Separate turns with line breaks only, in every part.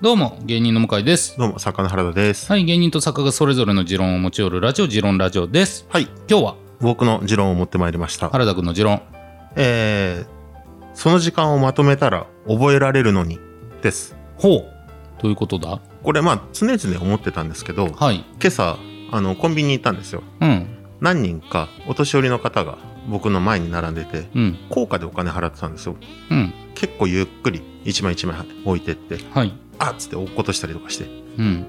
どうも芸人の向井です
どうも、作家の原田です。
はい芸人と作家がそれぞれの持論を持ち寄るラジオ持論ラジオです
はい、
今日は
僕の持論を持ってまいりました。
原田くんの持論
えー、その時間をまとめたら覚えられるのにです。
ほうということだ
これ、まあ、常々思ってたんですけど、
はい
今朝、あの、コンビニに行ったんですよ。
うん
何人か、お年寄りの方が僕の前に並んでて、
うん
高価でお金払ってたんですよ。
うん
結構ゆっくり、一枚一枚置いてって、
はい
あっつって落っことしたりとかして、
うん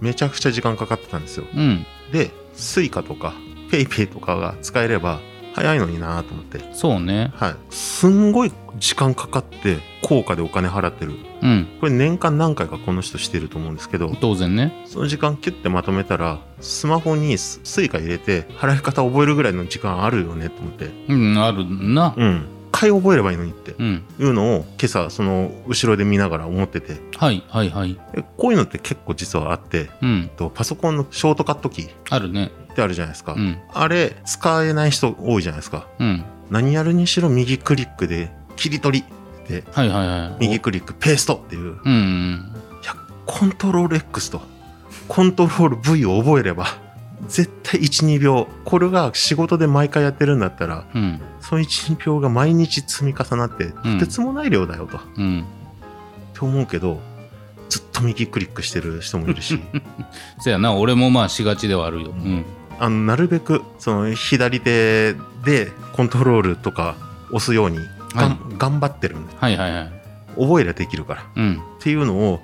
めちゃくちゃ時間かかってたんですよ。
うん
で、スイカとか、ペイペイとかが使えれば、早いのになーと思って。
そうね
はい、すんごい時間かかって高価でお金払ってる
うん
これ年間何回かこの人してると思うんですけど
当然ね
その時間キュッてまとめたらスマホにススイカ入れて払い方覚えるぐらいの時間あるよねと思って
うんあるな
うん買い覚えればいいのにって
うん
いうのを今朝その後ろで見ながら思ってて
はいはいはい
えこういうのって結構実はあって
うん
とパソコンのショートカットキー
あるね
ってあるじゃないですか、
うん
あれ使えない人多いじゃないですか
うん
何やるにしろ右クリックで切り取りで
はいはいはい
右クリックペーストっていう
うんうん
いやコントロール X とコントロール V を覚えれば絶対12秒これが仕事で毎回やってるんだったら
うん
その12秒が毎日積み重なって
ん
とてつもない量だよと、っ
うん
て思うけどずっと右クリックしてる人もいる し
せやな俺もまあしがちではあるようん
あのなるべくその左手でコントロールとか押すようにがん頑張ってるんで
はいはいはい
覚えりゃできるから
うん
っていうのを、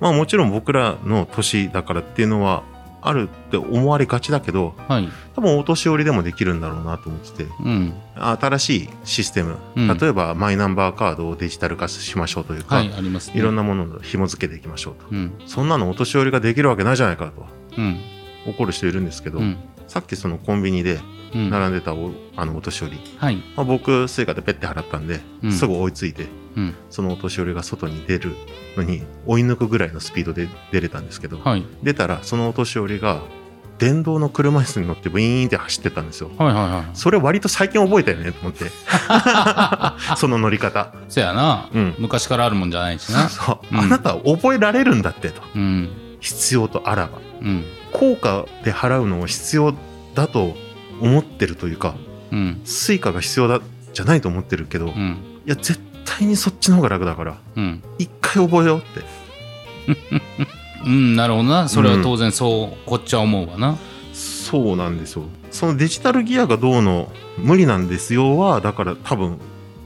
まあ、もちろん僕らの年だからっていうのはあるって思われがちだけど
はい
多分お年寄りでもできるんだろうなと思ってて
うん
新しいシステム、
うん
例えばマイナンバーカードをデジタル化しましょうというか、、
はいいありますね
ろんなものの紐付けていきましょうと
うん
そんなのお年寄りができるわけないじゃないかと
うん
怒る人いるんですけど、
うん
さっきそのコンビニで
うん
並んでたおあのお年寄り、
はい
まあ、僕スイカでペッて払ったんで、
うん
すぐ追いついて
うん
そのお年寄りが外に出るのに追い抜くぐらいのスピードで出れたんですけど、
はい
出たらそのお年寄りが電動の車椅子に乗ってブイーンって走ってったんですよ
はいはいは
それ割と最近覚えたよねと思って その乗り方
いせやな
うん
昔からあるもんじゃないし
そう
な
そう、
うん
あなたは覚えられるんだってと
うん
必要とあらば
うん
効果で払うのを必要だと思ってるというか
うん
スイカが必要だじゃないと思ってるけど、
う
い
ん
や絶対にそっちの方が楽だから
うん
一回覚えようって
うんなるほどなそれは当然そうこっちは思うわな
そうなんですよそのデジタルギアがどうの無理なんですよはだから多分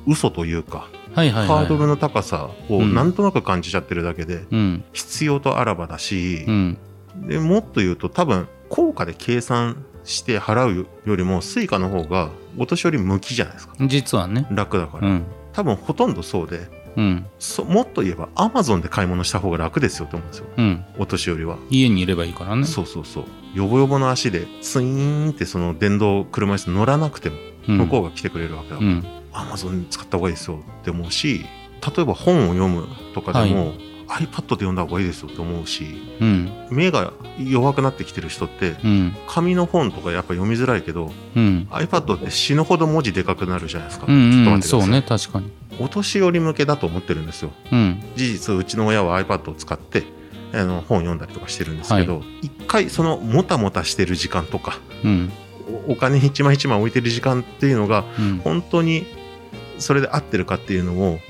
嘘というか
はいはい
ハ
は
ードル
い
の高さを
うん
なんとなく感じちゃってるだけで
うん
必要とあらばだし
う、ん
でもっと言うと多分効果で計算して払うよりも Suica の方がお年寄り向きじゃないですか
実はね
楽だか
う
ら、
ん
多分ほとんどそうで
うん
そもっと言えば Amazon で買い物した方が楽ですよって思うんですよ
うん
お年寄りは、
家にいればいいからね
そうそうそうヨボヨボの足でツイーンってその電動車椅子乗らなくても
うん
向こうが来てくれるわけだから、
うん
アマゾン使った方がいいですよって思うし例えば本を読むとかでも、iPad で読んだ方がいいですよって思うし
うん
目が弱くなってきてる人って
うん
紙の本とかやっぱ読みづらいけど
うん
iPad って死ぬほど文字でかくなるじゃないですか、
うん
ち
う
ょっと
ん
待ってく
そ
だ
う
さい
ね確かに
お年寄り向けだと思ってるんですよ
うん
事実うちの親は iPad を使ってあの本読んだりとかしてるんですけど、一回そのもたもたしてる時間とか
うん
おお金一枚一枚置いてる時間っていうのが
うん
本当にそれで合ってるかっていうのを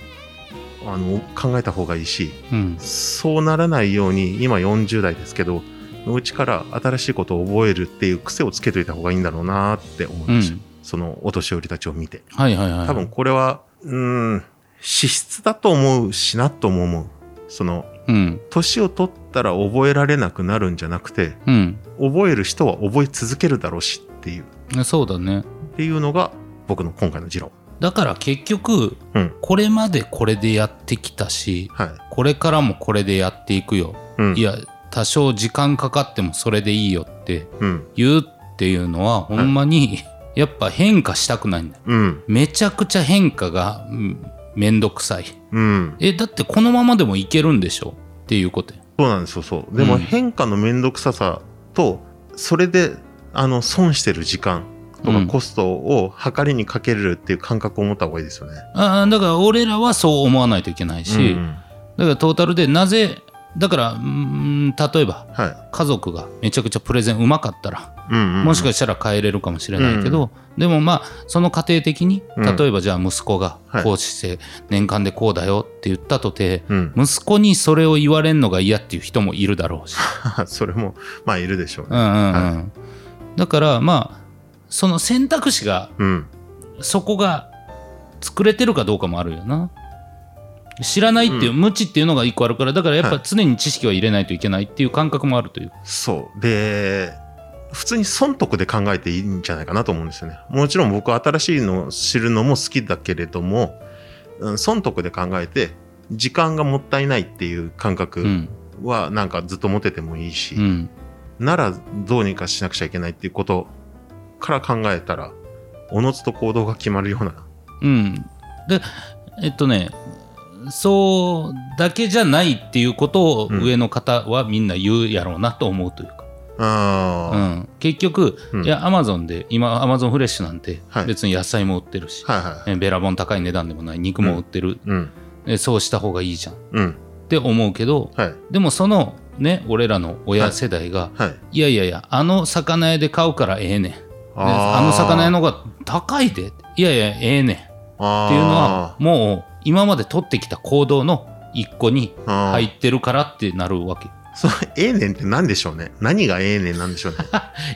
あの考えた方がいいし
うん
そうならないように今40代ですけどのうちから新しいことを覚えるっていう癖をつけといた方がいいんだろうなって思いうました、
ん
そのお年寄りたちを見て
はいはいはい
多分これはうん資質だと思うしなとも思うその
うん
年を取ったら覚えられなくなるんじゃなくて
うん
覚える人は覚え続けるだろうしっていう
そうだね
っていうのが僕の今回の持論
だから結局、
うん
これまでこれでやってきたし
はい、
これからもこれでやっていくよ、
うん、
いや多少時間かかってもそれでいいよって
うん
言うっていうのはほんまに、やっぱ変化したくないんだ
うん
めちゃくちゃ変化がうんめんどくさい
うん、
えだってこのままでもいけるんでしょっていうことや
そうなんですよそうでも
うん
変化の面倒くささとそれであの損してる時間と
う
か
ん
コストを計りにかけるっていう感覚を持った方がいいですよね。
あーだから俺らはそう思わないといけないし、
うん
だからトータルでなぜだからうーん例えば
は
家族がめちゃくちゃプレゼンうまかったら
い。うんうんうん
もしかしたら変えれるかもしれないけど、でもまあその過程的に
うん
例えばじゃあ息子が
はい
こうして年間でこうだよって言ったとて、
うん、
息子にそれを言われんのが嫌っていう人もいるだろうし、
それもまあいるでしょう
う
ね。
んうんうん
は
だからまあその選択肢が
うん、
そこが作れてるかどうかもあるよな知らないっていう、
う
無知っていうのが一個あるからだからやっ
は
ぱ
い
常に知識は入れないといけないっていう感覚もあるという
そうで普通に損得で考えていいんじゃないかなと思うんですよね。もちろん僕は新しいのを知るのも好きだけれども、うん、損得で考えて時間がもったいないっていう感
う
覚
ん
はなんかずっと持ててもいいし、
うん
ならどうにかしなくちゃいけないっていうことから考えたらおのずと行動が決まるような。
うん、でえっとねそうだけじゃないっていうことを
うん
上の方はみんな言うやろうなと思うというか、
あ
う
ー
ん結局、
うん
いやアマゾンで今アマゾンフレッシュなんて
はい
別に野菜も売ってるし、
はいはい。
えべらぼん高い値段でもない肉も売ってる、
うん
えそうした方がいいじゃんっ
うん
て思うけど
はい
でもそのね俺らの親世代が、
はい。
い、やいやいやあの魚屋で買うからええねんで
ー
あの魚屋の方が高いでいやいやええねんっていうのはもう今まで取ってきた行動の一個に
あー
入ってるからってなるわけ
そのええねんって何でしょうね何がええねんなんでしょうね、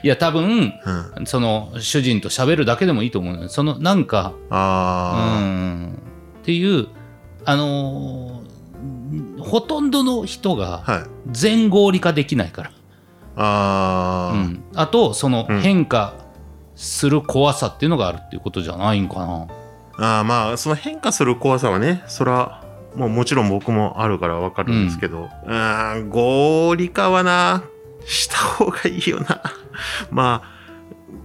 いや多分
うん、あ
その主人と喋るだけでもいいと思うのよそのなんかう
あ
んっていうあのーほとんどの人
ー
が
はい
全合理化できないから、
あ
う
ー、
ん、あとその
うん
変化する怖さっていうのがあるっていうことじゃないんかな
あーまあその変化する怖さはねそらもうもちろん僕もあるからわかるんですけど、うーん、合理化はなした方がいいよな まあ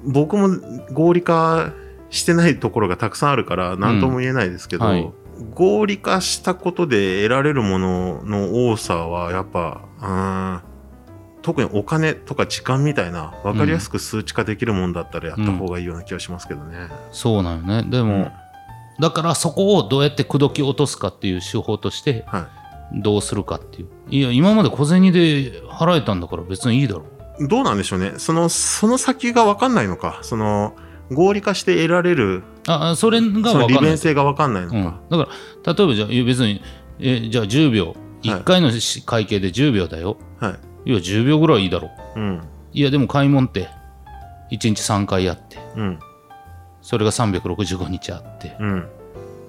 僕も合理化してないところがたくさんあるから何とも言えないですけど、
うんはい
合理化したことで得られるものの多さはやっぱうーん特にお金とか時間みたいな分かりやすく数値化できるもんだったらやった方がいいような気がしますけどね。
そうなんよねでも、
うん
だからそこをどうやって口説き落とすかっていう手法として
はい
どうするかっていういや今まで小銭で払えたんだから別にいいだろ
どうなんでしょうね。その、その先が分かんないのか。その、合理化して得られる、
ああそれが分
その利
かんない、
便性が分かんないの
うん、だ
か。
から例えばじゃあいや別にえじゃあ10秒1回のし会計で10秒だよ、
はい。
い、や10秒ぐらいいいだろ
うん。
いやでも買い物って1日3回やって
うん。
それが365日あって
うん。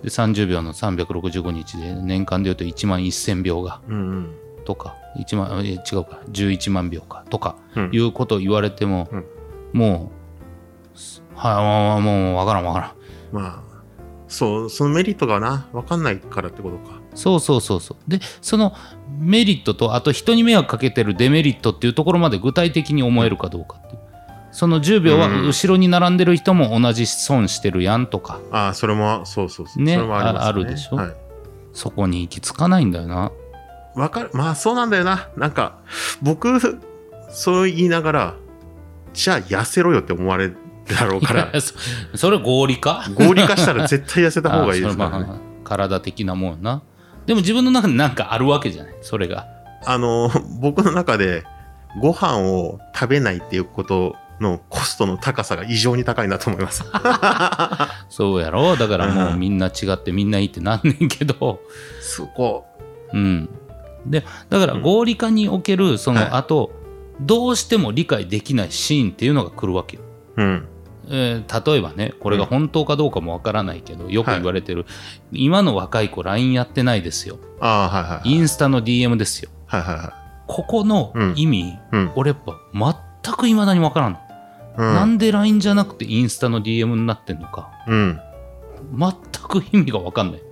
で30秒の365日で年間でいうと1万1000秒が
うん。うん。
とか1万え違うか11万秒かとか
うん
いうことを言われても、
うん
もうすはいもうもうわからんわからん
まあ、そう、そのメリットがな、分かんないからってことか。
そうそうそうそうでそのメリットとあと人に迷惑かけてるデメリットっていうところまで具体的に思えるかどうかっていうその10秒は
うん
後ろに並んでる人も同じ損してるやんとか
ああ、それも、そうそうそう。
ね
それもありますね
ああるでしょ
はい。
そこに行き着かないんだよな
分かる、まあそうなんだよな。なんか、僕、そう言いながら、じゃあ痩せろよって思われるだろうか
い
ら
や、そそれ合理化
合理化したら絶対痩せた方がいいで
あ
す
それ
からね
ま。あ体的なもんやなでも自分の中になんかあるわけじゃないそれが
あの、僕の中で、ご飯を食べないっていうことのコストの高さが異常に高いなと思います。
そうやろだからもううんみんな違ってみんないいってなんねんけど、
そこ。
うん。で、だから合理化における、そ
はい
の、あと、どうしても理解できないシーンっていうのが来るわけよ。
うん。
えー例えばね、これが本当かどうかもわからないけど、よく言われてる、今の若い子 LINE やってないですよ。
ああ、はいはい。
インスタの DM ですよ。
はいはいは
ここの意味、
うんうん
俺やっぱ全く未だにわからんの、
い。うん。
なんで LINE じゃなくてインスタの DM になってんのか、
うん。
全く意味がわかんない。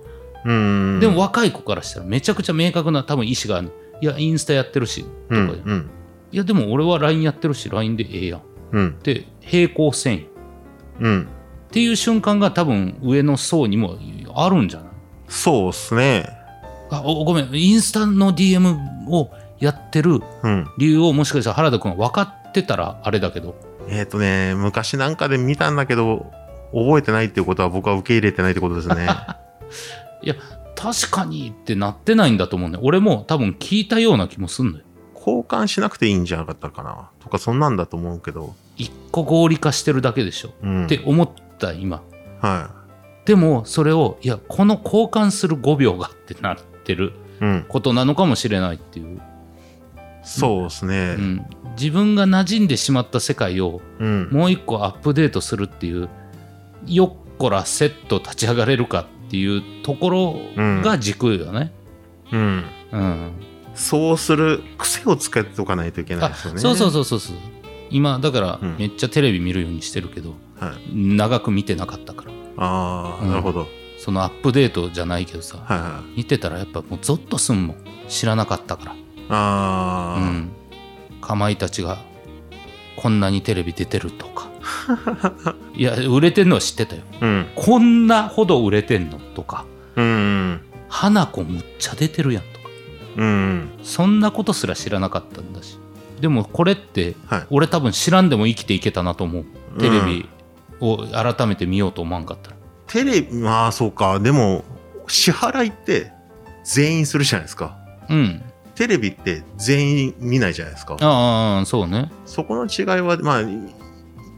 うん。
でも、若い子からしたらめちゃくちゃ明確な多分意思がある。いや、インスタやってるし、と
う
か、
ん。うん。
いや、でも俺は LINE やってるし、LINE でええやん。っ
うん。
て、平行線やっ
うん。
ていう瞬間が多分上の層にもあるんじゃない
そうっすね。
あおごめん、インスタの DM をやってる
うん。
理由をもしかしたら原田君は分かってたらあれだけど、
えっ、とね、昔なんかで見たんだけど、覚えてないっていうことは僕は受け入れてないってことですね。
いや、確かにってなってないんだと思うね俺も多分聞いたような気もすんのよ
交換しなくていいんじゃなかったかなとかそんなんだと思うけど、
一個合理化してるだけでしょ、
うん、
って思った今
は
でもそれをいやこの交換する5秒がってなってる
い、うん、
ことなのかもしれないっていう、
そうですね
う、ん、自分が馴染んでしまった世界を
うん
もう一個アップデートするっていうよっこらセット立ち上がれるかっていうところが軸よね。
うん、
うん
そうする癖をつけておかないといけない
あ
ですよね。
そうそうそうそうそう今だから
うん
めっちゃテレビ見るようにしてるけど、
は
長く見てなかったから
ああ、
うん
なるほど。
そのアップデートじゃないけどさ
はいはい。
見てたらやっぱもうゾッとすんもん知らなかったから。
ああ、
うん、かまいたちがこんなにテレビ出てると かいや売れてんのは知ってたよ
うん、
こんなほど売れてんのとか
うん、
花子むっちゃ出てるやんとか
うん、うん、
そんなことすら知らなかったんだしでもこれって
はい。
俺多分知らんでも生きていけたなと思うテレ
うん
ビを改めて見ようと思わんかったら、
テレビ、まあそうか、でも、支払いって全員するじゃないですか。
うん、
テレビって全員見ないじゃないですか。
ああそうね
そこの違いは、まあ、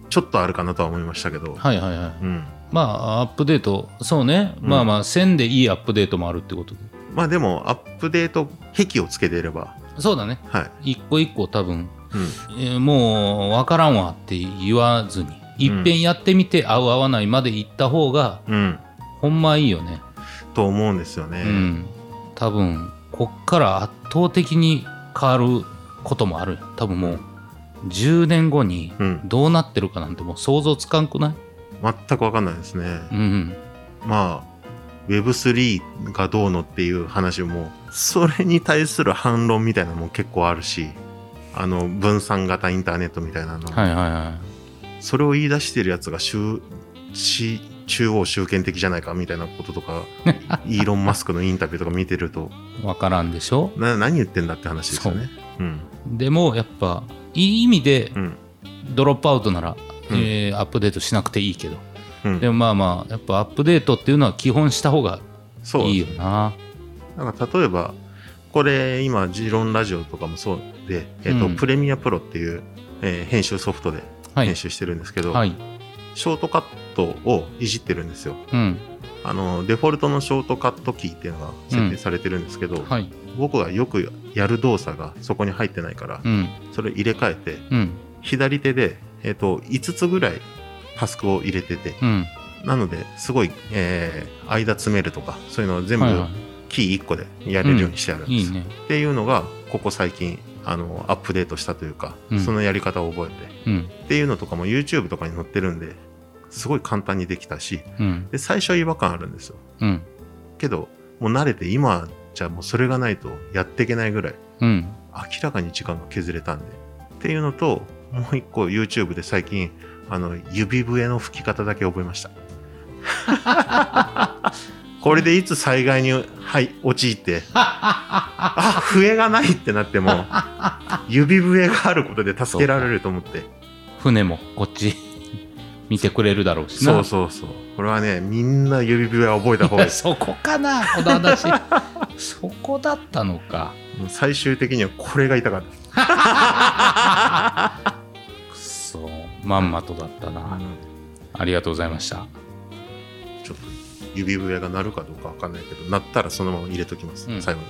ちょっとあるかなとは思いましたけど。
はいはいはい
うん。
まあアップデートそうね、
うん
まあまあ1000でいいアップデートもあるってことで
まあでも、アップデート、壁をつけていれば、
そうだね
はい。
一個一個多分
うん。
えーもう分からんわって言わずにいっぺんやってみて合う合わないまで行った方が
うん。
ほんまいいよね、
と思うんですよね。
うん多分こっから圧倒的に変わることもある多分もう10年後に
うん。
どうなってるかなんてもう想像つかんくない
全くわかんないですね。
うん
まあ、Web3 がどうのっていう話も、それに対する反論みたいなのも結構あるし、あの、分散型インターネットみたいなの、
はいはいは
それを言い出してるやつが中、し中央集権的じゃないかみたいなこと とか、イーロン・マスクのインタビューとか見てると、
い分からんでしょ
な何言ってんだって話ですよね。うん。
でもやっぱいい意味で
うん。
ドロップアウトなら、
うん
えーアップデートしなくていいけど
うん
でもまあまあやっぱアップデートっていうのは基本した方が
そう。
いいよな
なんか例えば、これ今、ジロンラジオとかもそうで、えっ、と、
うん
プレミアプロっていう、えー編集ソフトで
はい
編集してるんですけど、
はい。
ショートカットをいじってるんですよ。
うん。
あの、デフォルトのショートカットキーっていうのが設定されてるんですけど、
はい。
僕がよくやる動作がそこに入ってないから
う、ん。
それ入れ替えて、
うん。
左手で、えっ、と、5つぐらいタスクを入れてて、
うん。
なので、すごい、えー間詰めるとか、そういうのを全部
はいは
キー1個でやれるようにしてあるんです
い。
よ。
いいね。
っていうのがここ最近あのアップデートしたというか、
うん
そのやり方を覚え
うん。
てっていうのとかも YouTube とかに載ってるんですごい簡単にできたし
うん。
で最初は違和感あるんですよ
うん。
けどもう慣れて今じゃもうそれがないとやっていけないぐらい
うん。
明らかに時間が削れたんでっていうのともう一個 YouTube で最近あの指笛の吹き方だけ覚えました これでいつ災害に、はい、陥ってあ笛がないってなっても指笛があることで助けられると思って
船もこっち 見てくれるだろうしな。
そうそうそうこれはねみんな指笛は覚えた方がいい
そこかな、この 話。そこだったのか。
もう最終的にはこれが痛かったです
くそ。まんまとだったな。ありがとうございました。
ちょっと指笛が鳴るかどうかわかんないけど鳴ったらそのまま入れときます、
うん
最後に